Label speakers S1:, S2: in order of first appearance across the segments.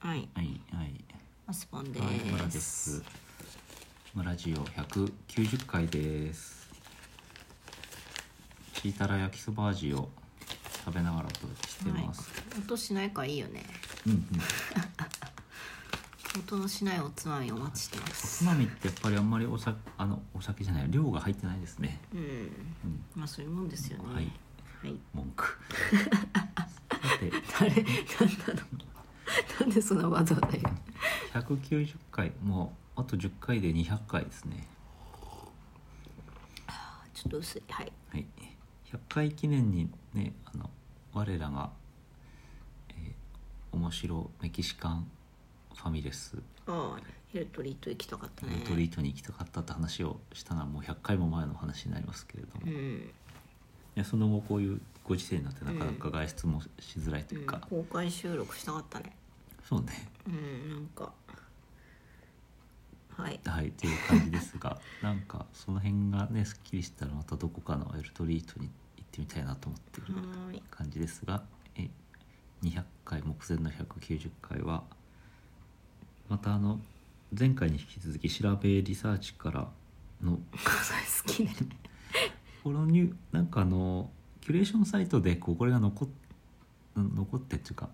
S1: はい、
S2: はいはい
S1: マスポンで。
S2: はい村ですす村ジオ190回ですチータラ焼きそば味を食べながらとしてます、
S1: はい、音しないからいいよね。
S2: うんうん
S1: 音のしないおつまみお待ちしてま
S2: お
S1: す。
S2: つまみってやっぱりあんまりお酒あのお酒じゃない量が入ってないですね
S1: うん、
S2: うん
S1: まあそういうもんですよね。
S2: はい
S1: はい。
S2: 文句 さて
S1: 誰 なんだろう。なんでそんなわざわざ言う。
S2: 190回もうあと10回で200回ですね
S1: ちょっと薄い。はい。
S2: はい、100回記念にねあの我らが、えー、面白メキシカンファミレス
S1: ああ、ヘルトリート行きたかったね。
S2: トリートに行きたかったって話をしたのはもう100回も前の話になりますけれども、
S1: う
S2: い
S1: ん。
S2: やその後こういうご時世になってなかなか外出もしづらいと
S1: う
S2: いうんか、
S1: 公開収録したかったね。
S2: そうね
S1: うん、なんか。はい。
S2: はいっていう感じですが なんかその辺がねすっきりしたらまたどこかのエルトリートに行ってみたいなと思ってる
S1: はーい。
S2: 感じですがえ200回目前の190回はまたあの前回に引き続き調べリサーチからの
S1: それ好きね。
S2: このニューなんかあのキュレーションサイトでこうこれが残っ残ってっていうか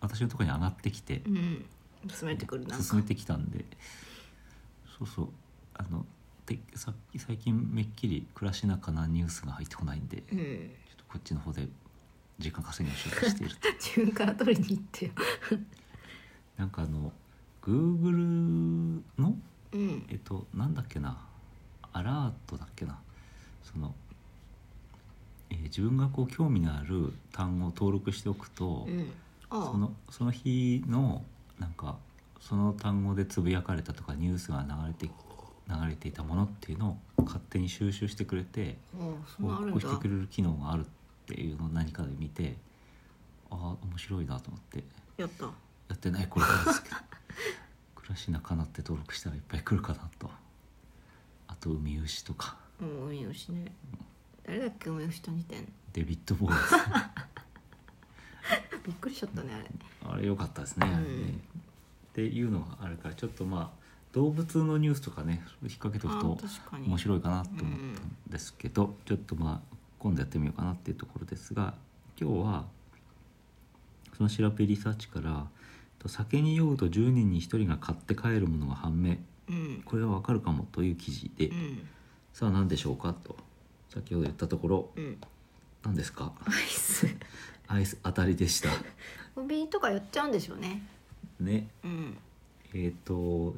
S2: 私のところに上がってきて
S1: うん。進めてくるなんか。
S2: 進めてきたんでそうそうあのてさ最近めっきり暮らしなかなニュースが入ってこないんで、
S1: う
S2: ちょっ
S1: ん。
S2: とこっちの方で時間稼ぎをしようとしていると
S1: 自分から取りに行ってよ。
S2: なんかあの Google の
S1: うん。
S2: えっとなんだっけなアラートだっけなその、えー自分がこう興味のある単語を登録しておくと、
S1: うん。ああ。
S2: そのその日のなんかその単語でつぶやかれたとかニュースが流れて流れていたものっていうのを勝手に収集してくれて
S1: ああ、そん
S2: 報
S1: なあるん
S2: 告
S1: だ
S2: して。くれる機能があるっていうのを何かで見てああ面白いなと思って
S1: やった。
S2: やってない頃からですけど 暮らしなかなって登録したらいっぱい来るかなとあと海牛とか
S1: うん、海牛ね。誰だっけ、海牛と似てんの。
S2: デビッド・ボーですね
S1: びっくりしちゃったね、あれ。
S2: あれ良かったですね、
S1: うん
S2: ねっていうのがあるからちょっとまあ動物のニュースとかね引っ掛けておく
S1: あ
S2: と
S1: あ、確かに。
S2: 面白いかなと思ったんですけど、ちょっとまあ今度やってみようかなっていうところですが今日はその調べリサーチから「酒に酔うと10人に1人が買って帰るものが判明
S1: うん。
S2: これはわかるかも」という記事で、
S1: うん。
S2: さあ何でしょうかと先ほど言ったところ
S1: うん。
S2: 何ですか
S1: アイス。
S2: アイス当たり でした
S1: コンビニとか寄っちゃうんでしょうね。
S2: ね
S1: うん。
S2: えっ、と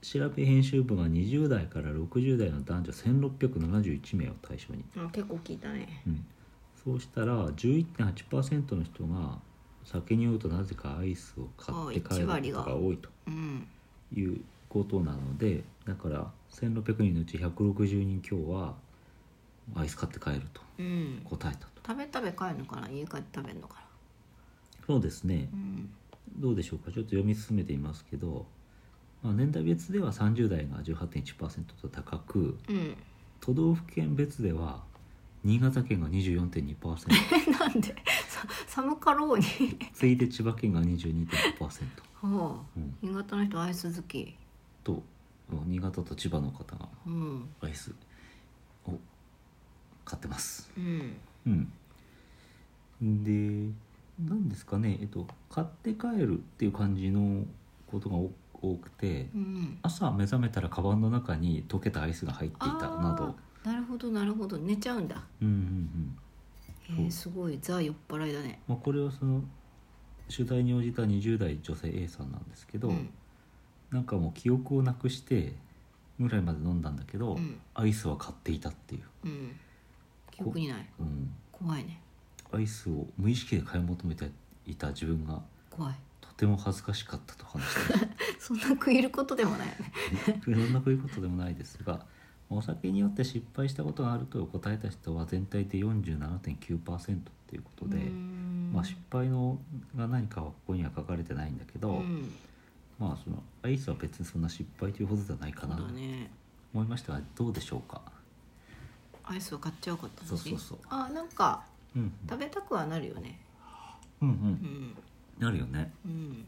S2: 調べ編集部が20代から60代の男女1671名を対象に
S1: あ、結構聞いたね。
S2: うん、そうしたら11.8%の人が酒に酔うとなぜかアイスを買って帰る
S1: あ一割
S2: こ
S1: が
S2: とが多いと
S1: うん。
S2: いうことなのでだから1600人のうち160人強はアイス買って帰ると
S1: うん。
S2: 答えたと
S1: 食べ食べ帰るのかな、家帰って食べるのかな。
S2: そうですね
S1: うん。
S2: どうでしょうかちょっと読み進めていますけど、まあ、年代別では30代が18.1%と高く
S1: うん。
S2: 都道府県別では新潟県が24.2%
S1: え、なんで。さ、寒かろうに。
S2: 次いで千葉県が22.5%
S1: はあ。
S2: うん
S1: 新潟の人アイス好き。
S2: と新潟と千葉の方が
S1: うん。
S2: アイスを買ってます
S1: うん。
S2: うんで何ですかねえっと買って帰るっていう感じのことが多多くて
S1: うん。
S2: 朝目覚めたらカバンの中に溶けたアイスが入っていたなど
S1: あーなるほど、なるほど、寝ちゃうんだ。
S2: うんうんうん、
S1: えー、すごいザ酔っ払いだね。
S2: まあ、これはその取材に応じた20代女性 A さんなんですけど、
S1: うん
S2: なんかもう記憶をなくしてぐらいまで飲んだんだけど、
S1: うん
S2: アイスは買っていたっていう、
S1: うん。記憶にない。
S2: うん、
S1: 怖いね。
S2: アイスを無意識で買い求めていた自分が
S1: 怖い。
S2: とても恥ずかしかったと話してまし
S1: そんな食いることでもないよね。
S2: たそんなこういうことでもないですがお酒によって失敗したことがあると答えた人は全体で47.9%っていうことで、まあ、失敗のが何かはここには書かれてないんだけど、
S1: うん、
S2: まあそのアイスは別にそんな失敗というほどじゃないか
S1: そう
S2: なと
S1: だね。
S2: 思いましたがどうでしょうか、
S1: アイスを買っちゃうかったし
S2: そうそうそう
S1: あ、なんか
S2: うん、
S1: 食べたくはなるよね。
S2: うんう
S1: うんん。
S2: なるよね
S1: うん、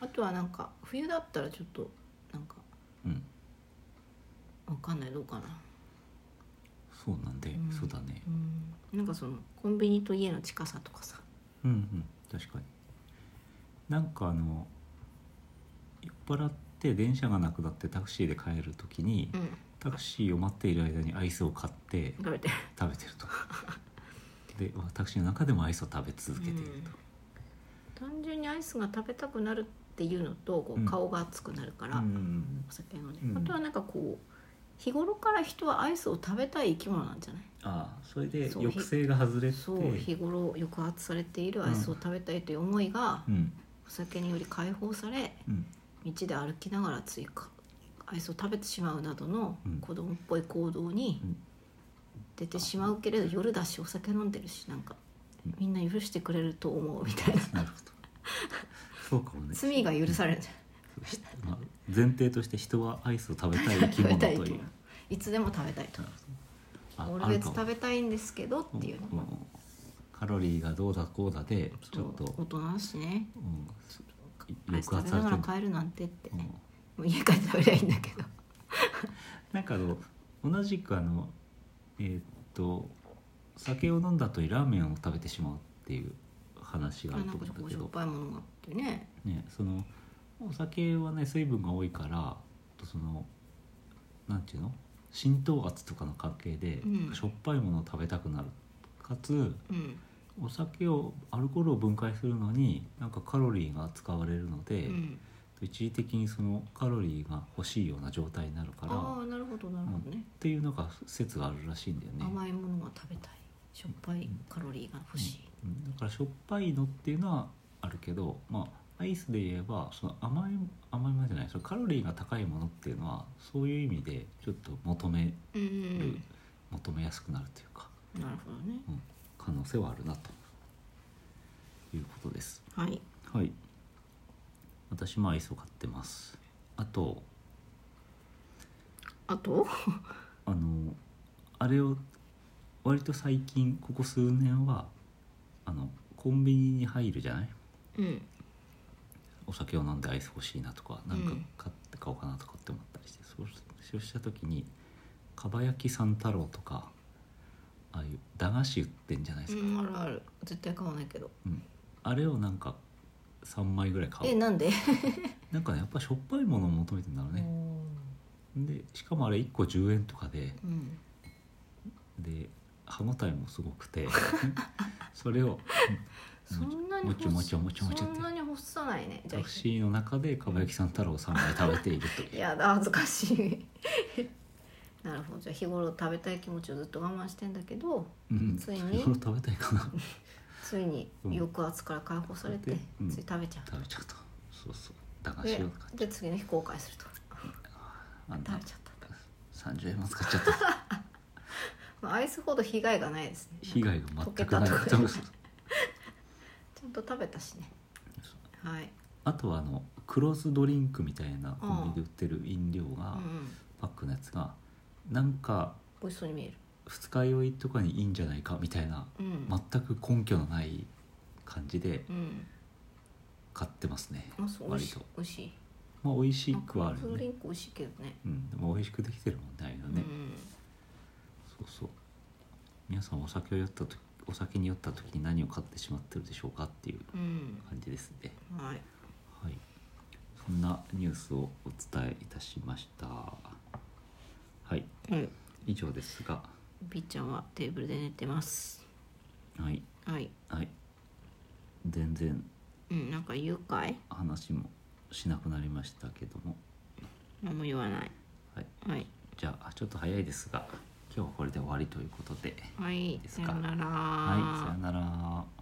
S1: あとはなんか冬だったらちょっとなんか
S2: うん
S1: わかんないどうかな、
S2: そうなんで、
S1: うん
S2: そうだね
S1: うん、なんかそのコンビニと家の近さとかさ
S2: うんうん確かになんかあの酔っ払って電車がなくなってタクシーで帰る時に、
S1: うん
S2: タクシーを待っている間にアイスを買って
S1: 食べて
S2: 食べてる とで私の中でもアイスを食べ続けていると、
S1: 単純にアイスが食べたくなるっていうのとこ
S2: う
S1: う
S2: ん
S1: 顔が熱くなるから、
S2: うん
S1: お酒飲んで、
S2: うん
S1: あとはなんかこう日頃から人はアイスを食べたい生き物なんじゃない
S2: ああそれで
S1: そう
S2: 抑制が外れて
S1: そう日頃抑圧されているアイスを食べたいという思いが
S2: うん
S1: お酒により解放され
S2: うん
S1: 道で歩きながら追加アイスを食べてしまうなどの
S2: うん
S1: 子供っぽい行動に
S2: うん
S1: 出てしまうけれど夜だしお酒飲んでるしなんか
S2: うん
S1: みんな許してくれると思うみたいな
S2: なるほどそうかもね
S1: 罪が許されるんじゃない
S2: まあ、前提として人はアイスを食べたい生き物とい う
S1: 食べたい生き物いつでも食べたいと
S2: あ
S1: 俺
S2: ある
S1: 別
S2: かも
S1: 食べたいんですけどっていうね
S2: うんうんカロリーがどうだこうだでちょっと、
S1: 大人だしね
S2: うん、
S1: アイス食べながら
S2: る
S1: 帰るなんてって、
S2: う
S1: ね
S2: ん
S1: もう家帰って食べりゃいいんだけど
S2: なんかあの同じくあのえーっと酒を飲んだ後にラーメンを食べてしまうっていう話があ
S1: あ
S2: る
S1: な
S2: と
S1: ん
S2: 思
S1: か
S2: う
S1: ちょこち
S2: んだけ
S1: ょっ
S2: ど、
S1: ぱいものがあってね
S2: ね、そのお酒はね水分が多いからとそのなんていうの浸透圧とかの関係で、
S1: うん
S2: しょっぱいものを食べたくなるかつ
S1: うん、
S2: お酒をアルコールを分解するのになんかカロリーが使われるの
S1: う
S2: で、
S1: ん、
S2: 一時的にそのカロリーが欲しいような状態になるから
S1: ああなるほどなるほどね、
S2: っていうなんか説があるらしいんだよね。
S1: 甘いものが食べたいしょっぱいカロリーが欲しい、
S2: うんだからしょっぱいのっていうのはあるけど、まあ、アイスで言えばその甘い甘いものじゃないそのカロリーが高いものっていうのはそういう意味でちょっと求め
S1: うん、
S2: る、求めやすくなるというか、
S1: なるほどね
S2: うん、可能性はあるなということです。
S1: はい
S2: はい私もアイスを買ってますあと
S1: あと
S2: あのあれを割と最近ここ数年はあのコンビニに入るじゃない
S1: うん
S2: お酒を飲んでアイス欲しいなとか
S1: う
S2: なんんか買って買おうかなとかって思ったりして、そうそうした時にかば焼き三太郎とかああいう駄菓子売ってんじゃないで
S1: う
S2: すか、
S1: んあるある絶対買わないけど
S2: うんあれをなんか3枚ぐらい買
S1: え
S2: う
S1: なんで、
S2: なんかねやっぱしょっぱいものを求めてんだろうね、でしかもあれ1個10円とかで
S1: うん
S2: で歯ごたえもすごく てそれを
S1: そんなに
S2: もちもち
S1: 干
S2: もちもち
S1: そ
S2: って
S1: んなに干さないねじゃ
S2: タ
S1: あ
S2: クシーの中でかば焼きさん太郎さんが食べているという
S1: やだ恥ずかしい なるほどじゃあ日頃食べたい気持ちをずっと我慢してんだけど
S2: うん
S1: ついに
S2: 日頃食べたいかな
S1: ついに
S2: うん
S1: 抑圧から解放されて、
S2: うん
S1: つい食べちゃ
S2: 食べちゃうとそうそう駄
S1: う
S2: 菓子を
S1: で
S2: 買っ
S1: で次の日後悔すると
S2: あん
S1: 食
S2: な
S1: べちゃった、
S2: 30円も使っちゃった
S1: まあ、アイスほど被害がないですね
S2: 被害が全く
S1: な
S2: なんい
S1: か溶けた
S2: そ
S1: と
S2: う
S1: か
S2: そう
S1: ちゃんと食べたしね
S2: そう
S1: はい、
S2: あとはあのクロスドリンクみたいなコンビニで売ってる飲料
S1: うんう
S2: が
S1: ん、
S2: パックのやつがなんか
S1: 美味しそうに見える
S2: 二日酔いとかにいいんじゃないかみたいな
S1: うん、
S2: 全く根拠のない感じで
S1: うん、
S2: 買ってますね
S1: あそう美味
S2: 割
S1: しい
S2: と
S1: 美味しい
S2: まあ美味しくはある
S1: フ
S2: よ
S1: ルリ
S2: ね
S1: ンク美味しいけどね
S2: うんでも美味しくできてるもんねああいうのねそうそう皆さんお酒を酔った時お酒に酔った時に何を買ってしまってるでしょうかっていう
S1: うん、
S2: 感じですね
S1: うん、はい
S2: はいそんなニュースをお伝えいたしましたはい
S1: うん
S2: 以上ですが
S1: ビーちゃんはテーブルで寝てます
S2: はい
S1: はい
S2: はい全然
S1: うんなんか言うかい
S2: 話もしなくなりましたけども
S1: 何も言わない
S2: はい
S1: はい
S2: じゃあちょっと早いですが今日はこれで終わりということで
S1: はい
S2: です
S1: さ
S2: か
S1: よなら
S2: はいさよなら